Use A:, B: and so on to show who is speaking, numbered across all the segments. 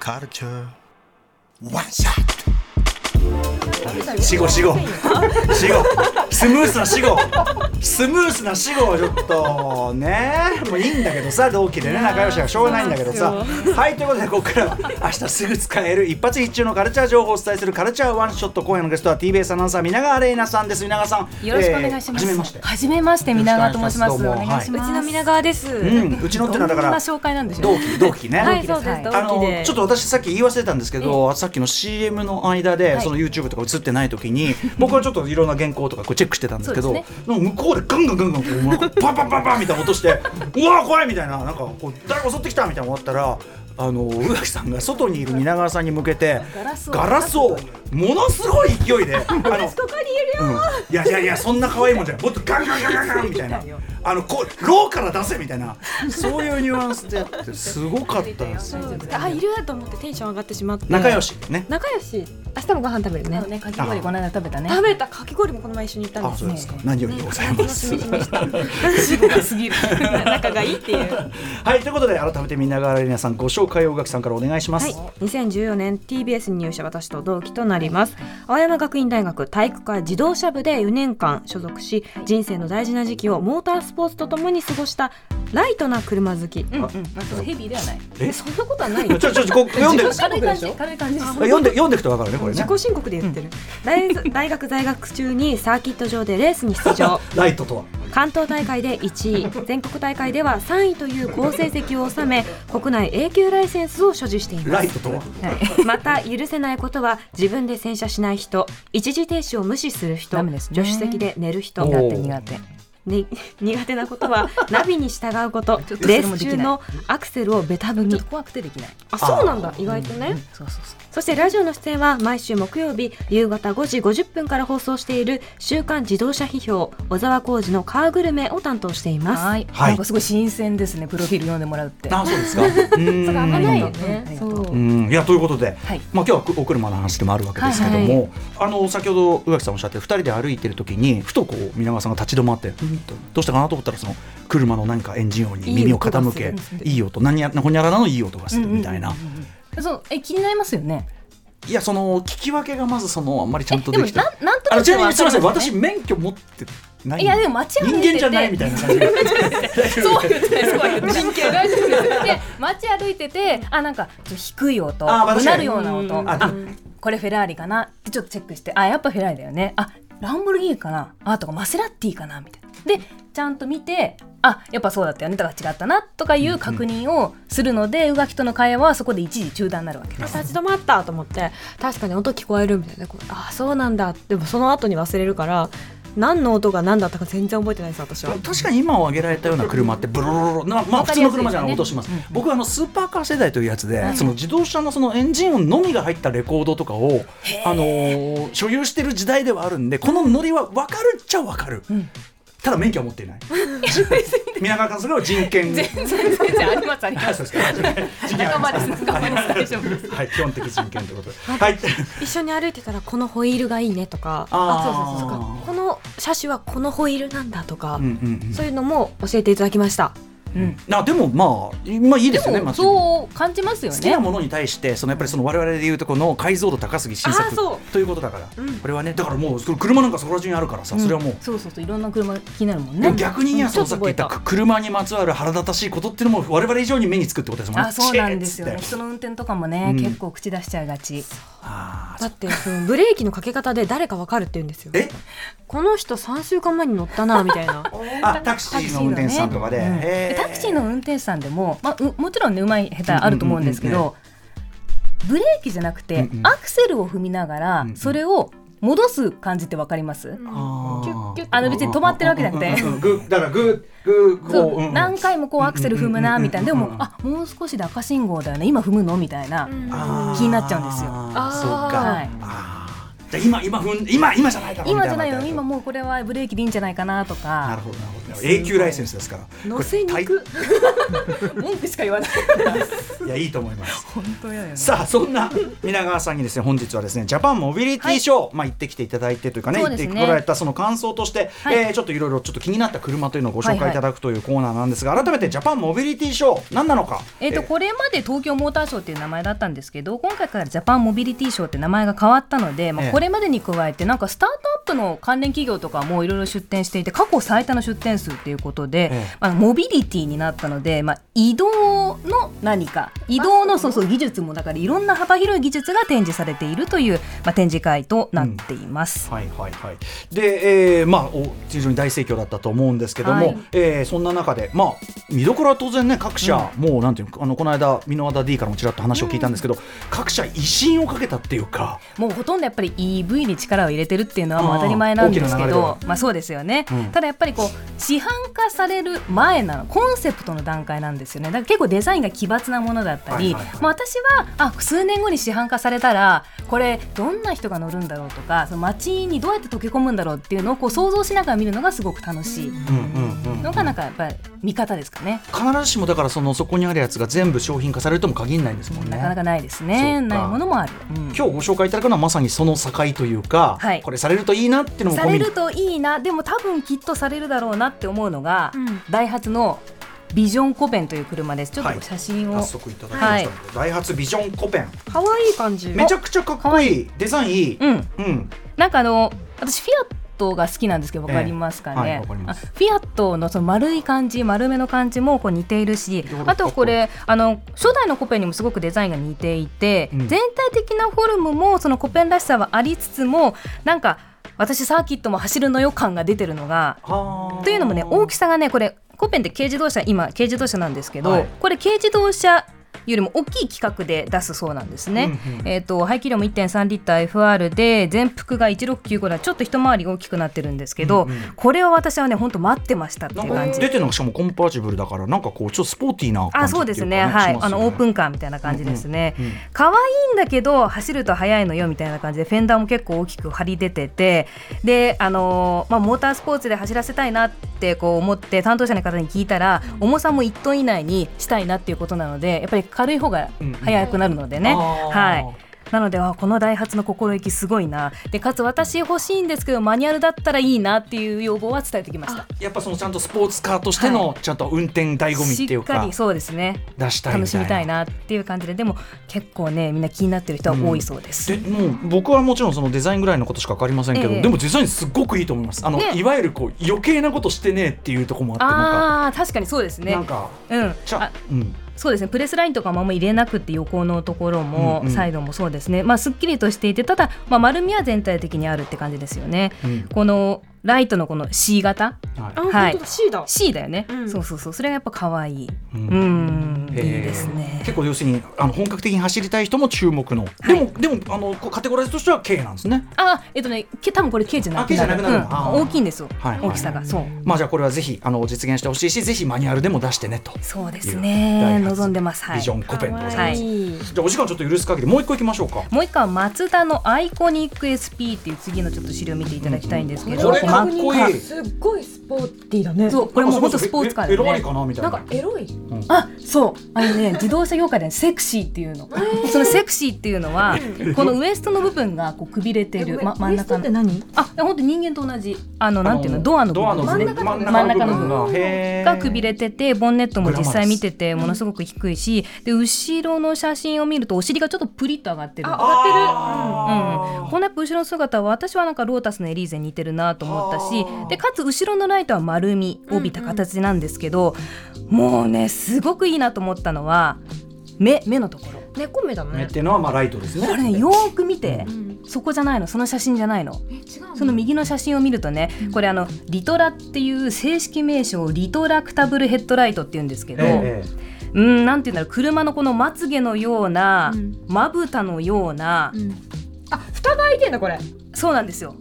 A: picture. One shot.
B: 死後死後死後スムースな死後スムースな死後はちょっとねもういいんだけどさ同期でね仲良しはしょうがないんだけどさはいということでここからは明日すぐ使える一発必中のカルチャー情報をお伝えするカルチャーワンショット今夜のゲストは TBS アナウンサー皆川玲奈さんです皆川さん
C: よろしくお願いします。
B: えーはじめまして
C: はじめまして、皆川と申します。お
B: よろしくお願
C: 願
B: い
C: い
B: し
C: し
D: う
C: ます。
D: ちの皆川です。
B: うんうちのっていうのはだか
C: どんな
B: ら
C: 紹介なんでしょう
B: 同
C: ね。
B: 期同期ね、
D: はい、そうです。
C: 同
D: 同
B: あ
D: 期
B: の
D: で。
B: ちょっと私さっき言い忘れたんですけどさっきの CM の間で、
C: い
B: その YouTube とか映ってない時に 僕はちょっといろんな原稿とかこうチェックしてたんですけど
C: そうで
B: なんか向こうでガンガンガンガンこうなんかパンパンパンパンみたいな音して 「うわー怖い!」みたいななんかこう誰か襲ってきたみたいな思ったら。あの宇垣さんが外にいる蜷川さんに向けて
C: ガラスを
B: ガラスをものすごい勢いであの
C: ここにいるよ。
B: うんいやいやいやそんな可愛いもんじゃないもっとガンガンガンガンガンみたいなあのこうローから出せみたいなそういうニュアンスでやってすごかったんですよ
D: あ、いると思ってテンション上がってしまって。
B: 仲良。しね
D: 仲良し。明日もご飯食べるね。
C: ね、かき氷この間食べたね。
D: 食べたかき氷もこの前一緒に行ったん
B: あ
D: です
B: そ
D: よ。
B: うですか何よりでございます
D: 楽しみにした。
C: べすぎる。
D: 仲がいいっていう。
B: はいということで改めて皆川玲奈さんご紹介を宇垣さんからお願いしま
D: はい
B: す、
D: 2014年 TBS に入社私と同期となります青山学院大学体育会自動車部で4年間所属し人生の大事な時期をモータースポーツとともに過ごしたライトな車好き、
C: うんうん。そうヘビーではない。
B: え
C: そんなこと はない
B: ちょ
C: よ。
B: ちょちょこう読んで
C: 軽い感じ。軽い感じです。
B: 読んで読んでいくとわかるねこれね
D: 自己申告で言ってる、大大学在学中にサーキット場でレースに 出場
B: ライトとは
D: 関東大会で1位全国大会では3位という好成績を収め国内 A 級ライセンスを所持しています
B: ライトとは
D: また許せないことは自分で洗車しない人一時停止を無視する人、
C: ダメですね
D: 助手席で寝る人
B: お
C: 苦
B: ー
C: 手苦手。
D: に苦手なことはナビに従うこと
C: ちょっとそ
D: レ
C: れも
D: ース
C: できない
D: 中のアクセルをベタ踏
C: ちょ
D: み
C: っと怖くてできない。
D: あそうなんだ意外とね、
C: うんそうそうそう。
D: そしてラジオの出演は毎週木曜日夕方5時50分から放送している「週刊自動車批評小沢浩二のカーグルメ」を担当しています。
C: はい。
B: はい
C: なんかすごい新鮮ですね。プロフィール読んでもらうって。
B: あそうですかうーん
C: それ危ないよ
D: ね
C: ね。
D: そう
B: うんいやということで、
C: はい
B: まあ、今日はお車の話でもあるわけですけども、あの先ほど宇垣さんおっしゃって2人で歩いてる時にふとこう皆川さんが立ち止まって、うんとどうしたかなと思ったらその車の何かエンジン音に耳を傾けいい
C: いい音が
B: 音何
C: する
B: やほにゃららのいい音がするみたいな、
C: うんうんうんうん。そうえ気になりますよね。
B: いやその聞き分けがまずそのあんまりちゃんと
C: えで
B: で
C: も
B: きて
C: なんなんと
B: あの
C: なく
B: ちなみにすみません
C: わかり
B: 私
C: すね
B: 免許持ってない
C: いやでも街を歩
B: 人
C: いて
B: 間じ
C: て
B: ゃないみたいな感じで
C: そう言ってないそう言ってない人権大丈夫ですで街歩いててあなんかちょっと低い音
B: あーまあ確か
C: な
B: に
C: るような音
B: ん
C: あ
B: あ
C: これフェラーリかなってちょっとチェックしてあやっぱフェラーリだよねあランボルギーニかなあとかマセラッティかなみたいなでちゃんと見てあやっぱそうだったよねとか違ったなとかいう確認をするので宇垣との会話はそこで一時中断になるわけです。
D: 立ち止まったと思って確かに音聞こえるみたいなこうああそうなんだでもその後に忘れるから何の音が何だったか全然覚えてないです私は
B: 確かに今を挙げられたような車ってブロロロロなまあ
C: わ
B: 普
C: か
B: 通
C: り
B: の
C: やすいですね
B: 車じゃない音します、
C: うん
B: 僕はあのスーパーカー世代というやつで、
C: はい
B: その自動車のそのエンジン音のみが入ったレコードとかをあのー所有してる時代ではあるんでこのノリは分かるっちゃ分かる、
C: ん
B: ただ免許は持ってい ない皆川さんそれは人権
C: 全然全然ありますあり
B: あ
C: ま
B: そうです
C: す
B: か人権ありま
C: 仲間です仲間です大丈夫です
B: はい、基本的人権ということではい
D: 一緒に歩いてたらこのホイールがいいねとか
B: あ
C: そうそうそうそう
D: この車種はこのホイールなんだとか、
B: うんうんうん
D: そういうのも教えていただきました
C: うん
B: あでもまあいまあいいですよね
C: で
B: ま
C: も
B: あ
C: そう感じますよ
B: 好きな
C: ね。
B: ものに対してそのやっぱりその我々でいうとこの解像度高すぎ新
D: あ
B: 作
D: ーそう
B: ということだから、
D: うん
B: これはねだからもうそれ車なんかそこら中にあるからさ、それはもう。
C: そうそうそういろんな車気になるもん
B: で
C: ね
B: も。逆にね、
C: うん
B: そのさっき言った
C: ちょっと覚えた
B: く車にまつわる腹立たしいことっていうのも我々以上に目につくってことですもんね。
C: あそうなんですよね
B: チェーッつって
C: 人の運転とかもね、
B: うん
C: 結構口出しちゃいがち
B: あー
D: だってそのブレーキのかけ方で誰かわかるって言うんですよ
B: え
D: この人3週間前に乗ったなみた いな
B: あタクシーの運転手さんとかで、
C: タクシーのねうん
B: へ
C: で
B: ー
C: タクシーの運転手さんでも、まあ、うもちろんねうまい下手あると思うんですけど、
B: うんうん
C: ブレーキじゃなくて、
B: うんうん
C: アクセルを踏みながら、
B: うんうん
C: それを戻す感じってわかります、
B: あー
C: キュッキュッあの別に止まってるわけじゃなくて
B: うんうんうんうんグだからグーグー
C: そう
B: こううんうん
C: 何回もこうアクセル踏むなみたいなで
B: うんうん
C: もあもう少しで赤信号だよね今踏むのみたいな、
B: あー
C: 気になっちゃうんですよ
B: あーそうか。
C: はい
B: あーじゃあ今今踏ん今今じゃないだろ
C: 今じゃないよ
B: みた
C: 今
B: な
C: もうこれはブレーキでいいんじゃないかなと
B: なる
C: か
B: ほどなるほど永久ライセンスですから
D: 乗せに行
B: こ
D: く
C: 文句しか言わない
B: れいやいいと思います
C: 本当やよね
B: さあそんな皆川さんにですね本日はですねジャパンモビリティショー、まあ行ってきていただいてというかね
C: そう
B: 行っ
C: です
B: て
C: ね
B: こられたその感想として、
C: はい
B: えーちょっといろいろちょっと気になった車というのをご紹
C: はいは
B: 介
C: い
B: いただくというコーナーなんですが、改めてジャパンモビリティショー何なのか。
C: えー、と
B: ー
C: これまで東京モーターショーっていう名前だったんですけど今回からジャパンモビリティショーって名前が変わったので、ま
B: ええ
C: あ、これまでに加えてなんかスタートアップの関連企業とかもいろいろ出展していて過去最多の出展数っていうことで、
B: ええ
C: まあ、モビリティになったので、まあ、移動の何か移動のそうそう技術もだからいろんな幅広い技術が展示されているという、まあ、展示会となっています。
B: はいはいはい、で、えーまあ、お非常に大盛況だったと思うんですけども、
C: はい
B: えーそんな中で、まあ、見どころは当然ね各社、もうなんていうのあのこの間箕輪田 D からもちらっと話を聞いたんですけど、各社威信をかけたっていうか、
C: もうほとんどやっぱり EV に力を入れてるっていうのはもう
B: あー
C: 当たり前なんです
B: 大きな
C: け
B: 流れでは
C: どまあそうですよね、
B: うん
C: ただやっぱりこう市販化される前なのコンセプトの段階なんですよねだから結構デザインが奇抜なものだった
B: は
C: り、
B: いはいはい
C: まあ、私はあ数年後に市販化されたらこれどんな人が乗るんだろうとかその街にどうやって溶け込むんだろうっていうのをこう想像しながら見るのがすごく楽しい
B: うんうんうん
C: のがなんかやっぱり見方ですかね。
B: 必ずしもだからそのそこにあるやつが全部商品化されるとも限らないんですもんね。
C: なかなかないです
B: そ
C: ね。
B: っか
C: ないものもある。うん
B: 今日ご紹介いただくのはまさにその境というか、
C: はい
B: これされるといいなっていうのも
C: さ
B: 込
C: れ
B: みに
C: るといいなでも多分きっとされるだろうなって思うのが、
D: うん
C: ダイハツのビジョンコペンという車ですちょっ
B: はい
C: と写真を、
B: 早速いただきましたので、ダイハツビジョンコペン
D: 可愛い感じ
B: めちゃくちゃかっこいいデザインいい、
C: うん
B: うん
C: なんかあの私フィアットが好きなんですけどわかりますか
B: ええはい
C: ね、
B: わかります
C: あフィアットのその丸い感じ丸めの感じもこう似ているし
B: どうだ
C: あとこれあの初代のコペンにもすごくデザインが似ていて、
B: うん
C: 全体的なフォルムもそのコペンらしさはありつつもなんか私サーキットも走るのよ感が出てるのがというのもね大き
B: さ
C: さがねこれコペンって軽自動車今軽自動車なんですけど、
B: はい
C: これ軽自動車よりも大きい規格で出すそうなんですね。
B: うんうん
C: えー、と排気量も1.3リッター FR で全幅が1695だちょっと一回り大きくなってるんですけど、
B: うんうん
C: これは私はね本当待ってましたってい
B: な
C: うん
B: か
C: 感
B: 出
C: じ。
B: てるのがしかもコンパチブルだからなんかこうちょっとスポーティーな感じっていか、
C: あそうですねはいあのオープ
B: ン
C: ンカーみたいな感じですね。
B: うんうんうん
C: 可愛いんだけど走ると速いのよみたいな感じでフェンダーも結構大きく張り出ててであのーまあ、モータースポーツで走らせたいなってこう思って担当者の方に聞いたら重さも1トン以内にしたいなっていうことなのでやっぱり軽い方が速くなるのでね。はいなのであこのダイハツの心意気すごいなでかつ私欲しいんですけどマニュアルだったらいいなっていう要望は伝えてきました
B: やっぱそのちゃんとスポーツカーとしてのちゃんと運転醍醐味っていう
C: しっ
B: か
C: かりそうですね
B: 出したい
C: 楽
B: み
C: した
B: い
C: みた
B: ない
C: なっていう感じででも結構ねみんな気になってる人は多いそうです、
B: でもう僕はもちろんそのデザインぐらいのことしか分かりませんけど、
C: ええ
B: でもデザインすごくいいと思いますあの、
C: ね
B: いわゆるこう余計なことしてねえっていうところもあってなんか
C: ああー確かにそうですね
B: なんか
C: うん、
B: ちゃ
C: あ
B: うん
C: そうですねプレスラインとかもあんま入れなくって横のところも、
B: うんうん
C: サイドもそうですねまあすっきりとしていてただ、まあ、丸みは全体的にあるって感じですよね、
B: うん
C: このライトのこの C 型
B: はい
D: あ、
C: はい
D: 本当だ C だ
C: C だよね、
D: うん
C: そうそうそうそれがやっぱ可愛い
B: うん
C: うんいい
B: えー
C: ですね
B: 結構要するにあの本格的に走りたい人も注目の、
C: い
B: でもでもあのこうカテゴライズとしては K なんですね
C: あえっとねけ多分これ K じゃなくな
B: あ K じゃなく
C: る
B: なる
C: うん
B: だあー
C: 大きいんですよ、
B: はい
C: 大きさがそう
B: まあじゃあこれはぜひあの実現してほしいしぜひマニュアルでも出してねと
C: そうです
B: ダ
C: ね
B: イハツ
C: 望んでますはい
B: ビジョンコペンでございます、
D: 可愛い
B: じゃあお時間ちょっと許す限りもう一個いきましょうか
C: もう一回はマツダのアイコニック SP っていう次のちょっと資料を見ていただきたいんですけど、
B: これかっこいい
E: すっごいスポーティーだね
C: そうこれもう本当スポーツカーで、ね、
B: なんかそれこそええエロいかなみたいな
E: なんかエロい
C: あそうあのね自動車業界ではセクシーっていうのそのセクシーっていうのはこのウエストの部分がこうくびれてる、ま、真ん中
D: っ
C: の
D: て何
C: あ本当人間と同じあのなんていうのドアの部
B: ドアの
C: 分
B: 部分
C: 真ん中
B: 真ん中の部
C: 真ん中の
B: 分
C: 部
B: がへー
C: 分がくびれててボンネットも実際見ててものすごく低いしで後ろの写真を見るとお尻がちょっとプリッと上がってるうんうん、このやっぱ後ろの姿は私はなんかロータスのエリーゼに似てるなと思ったしでかつ後ろのライトは丸み帯びた形なんですけど、もうねすごくいいなと思ったのは目目のところ
D: 猫目だ
B: 目っ
D: ね
B: ていうのはまあライトですね
C: これねよーく見て、そこじゃないのその写真じゃないのその右の写真を見るとねこれあのリトラっていう正式名称リトラクタブルヘッドライトって言うんですけど、
B: ええ
C: うんなんて言うんだろう車のこのまつげのような
D: うん
C: まぶたのような、
D: うん
E: あ蓋が開いてんだこれ
C: そうなんですよ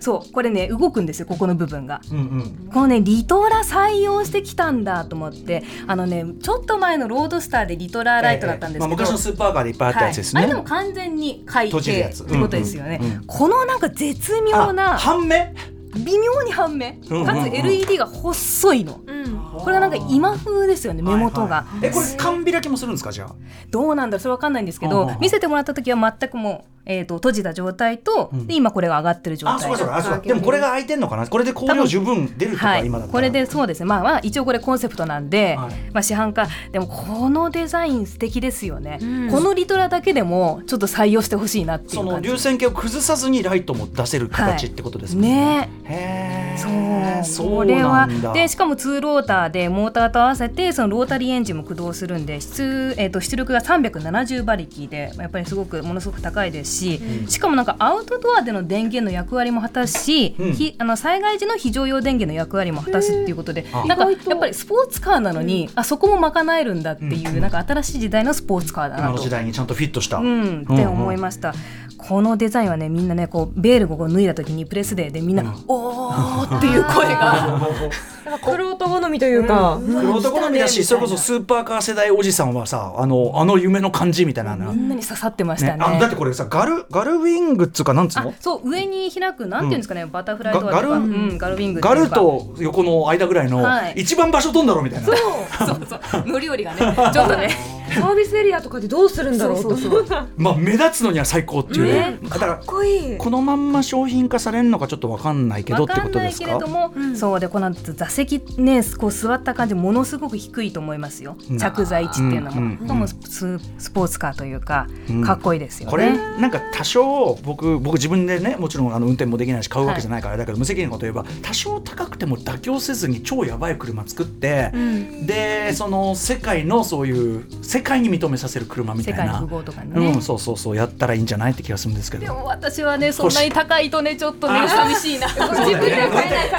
C: そうこれね動くんですよここの部分が
B: うんうん
C: このねリトラ採用してきたんだと思ってあのねちょっと前のロードスターでリトラライトだったんですけど、
B: まあ、昔のスーパーカーでいっぱいあったやつですね、
C: はい、あれでも完全に海
B: 閉
C: 底っ
B: じるや
C: て
B: つ
C: ことですよね、
B: うんうんうん
C: このなんか絶妙な
B: 半目
C: 微妙に半目
B: うんうんうん
C: かつ LED が細いの
D: うん、
C: これがなんか今風ですよね目元が、
B: はいはいえこれ缶開きもするんですかじゃあ
C: どうなんだろうそれわかんないんですけ
B: うんうん
C: ど
B: うん
C: 見せてもらった時は全くもう、えー、と閉じた状態と、
B: うん
C: で今これが上がってる状
B: あ
C: 態
B: そうかそうかあそうかでもこれが開いてんのかなこれで香料十分出るとか
C: はい
B: 今だったら
C: これでそうですねまあまあ一応これコンセプトなんで、
B: はい
C: まあ、市販化でもこのデザイン素敵ですよね、
D: うん
C: このリトラだけでもちょっと採用してほしいなってい
B: そうの
C: 感じ
B: 流線形を崩さずにライトも出せる形ってことですもん
C: ね
B: へ
C: そ
B: ー
C: う
B: そ
C: そうれ
B: な
C: は
B: んだ
C: でしかも2ローターでモーターと合わせてそのロータリーエンジンも駆動するんで出,、えー、と出力が370馬力でやっぱりすごくものすごく高いですし、しかもなんかアウトドアでの電源の役割も果たすし、
B: うん
C: ひあの災害時の非常用電源の役割も果たすっていうことで
B: あ
C: なんか
E: 意外と
C: やっぱりスポーツカーなのに、あそこも賄えるんだっていう、
B: うん
C: なんか新しい時代のスポーツカーだ
B: 今
C: な
B: の
C: と
B: 時。代にちゃんとフィットした、
C: うん、って思いました、このデザインはねみんなねこうベールをこう脱いだ時にプレスデーでみんな「
B: うん
C: おー」っていう声が
D: クロート好みというか、
B: 黒男のみだしそれこそスーパーカー世代おじさんはさあのあの夢の感じみたいなの、
C: みんなに刺さってまし
B: ね
C: たね。
B: あのだってこれさガルガルウィングっつうかなんつう
C: あ
B: の
C: そう上に開くなんていうんですかね、バタフライドアと
B: ガ
C: か
B: ガル
C: うん、ガルウィングってい
B: ガ
C: うの
B: ル
C: か
B: と横の間ぐらいの、
C: はい
B: 一番場所飛んだろみたいな
C: そうそうそう乗り降りがねちょっとね
D: サービスエリアとかでどうするんだろうと
C: そうそう
B: まあ目立つのには最高っていうね
C: ね
B: だから
D: かっこいい
B: このまんま商品化されるのかちょっとわかんないけ ど
C: わ
B: って
C: か
B: こ
C: ん
B: と
C: な
B: で
C: い
B: す
C: け
B: か
C: れども、
D: うん
C: そうでこの座席ねこう座った感じものすごく低いと思いますよ
B: うん
C: 着座位置っていうのも、
B: うんうん
C: でもススポーツカーというか、
B: うん
C: かっこいいですよね。
B: これなんか多少僕僕自分でねもちろんあの運転もできないし買うわけじゃないからあれだけど無責任なこと言えば多少高くても妥協せずに超やばい車作ってでその世界のそういう世界に認めさせる車みた
C: 世
B: い
C: 界の
B: な
C: 富豪とかにね、
B: うんそうそうそうやったらいいんじゃないって気がするんですけ
C: で
B: ど。
C: も私はねそんなに高いとねちょっと
B: あ
C: ね寂しいな自分では買えないか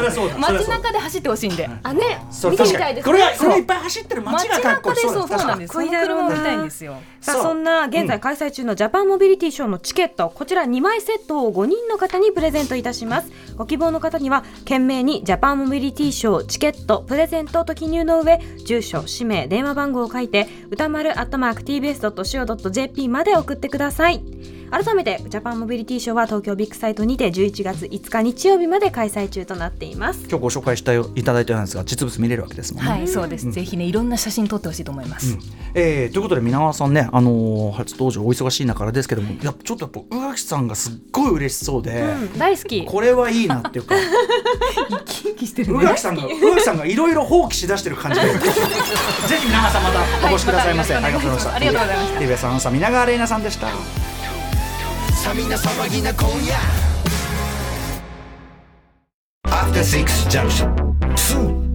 C: ら
B: ら。そうだ
C: 街中で走ってほしいんで
E: あね
B: そ
E: 見
B: れ
E: てみ
B: 確
E: た
B: か
E: い
B: に
E: ですね
B: これがこれいっぱい走ってる街
C: 街
B: がかっこ
C: 中
B: いい
C: でそうそうなんですす
D: か
C: そ
D: っこい
C: の
D: いだろう
C: 車
D: な
C: を見たいんですよ
D: さ
B: そ
D: あ
B: う
D: そんな現在開催中のジャパンモビリティショーのチケット、こちら2枚セットを5人の方にプレゼントいたしますご希望の方には懸命にジャパンモビリティショーチケットプレゼントと記入の上住所氏名電話番号を書いて歌丸アットマーク TBS.CO.JP まで送ってください改めてジャパンモビリティショーは東京ビッグサイトにて11月5日日曜日まで開催中となっています
B: 今日ご紹介したよいただいたようなんですが実物見れるわけですもんね。
C: はいそうです、ぜひねいろんな写真撮ってほしいと思います、
B: えーということで皆川さんね、あのー初登場お忙しい中ですけどもやっぱちょっとやっぱ宇垣さんがすっごい嬉しそうで、
C: 大好き
B: これはいいなっていうか
C: 生き生きしてる
B: 宇
C: ね
B: 垣さ んが宇垣さんがいろいろ放棄しだしてる感じがぜひ皆川さんまたお越しくださいませ、
C: はいまたよろしくお願いしますありがとうございまし
B: TBS
C: た
B: アナウンサー皆川玲奈さんでした
A: さあみんな騒ぎな今夜 After Six Junction 2